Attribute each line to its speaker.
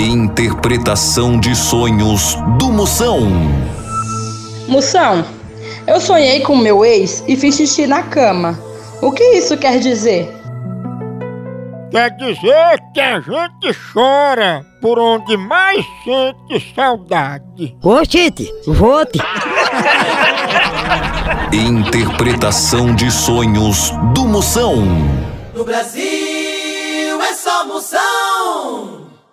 Speaker 1: Interpretação de sonhos do Moção.
Speaker 2: Moção, eu sonhei com meu ex e fiz xixi na cama. O que isso quer dizer?
Speaker 3: Quer dizer que a gente chora por onde mais sente saudade.
Speaker 4: Ô, Tite, vote!
Speaker 1: Interpretação de sonhos do Moção.
Speaker 5: No Brasil é só moção.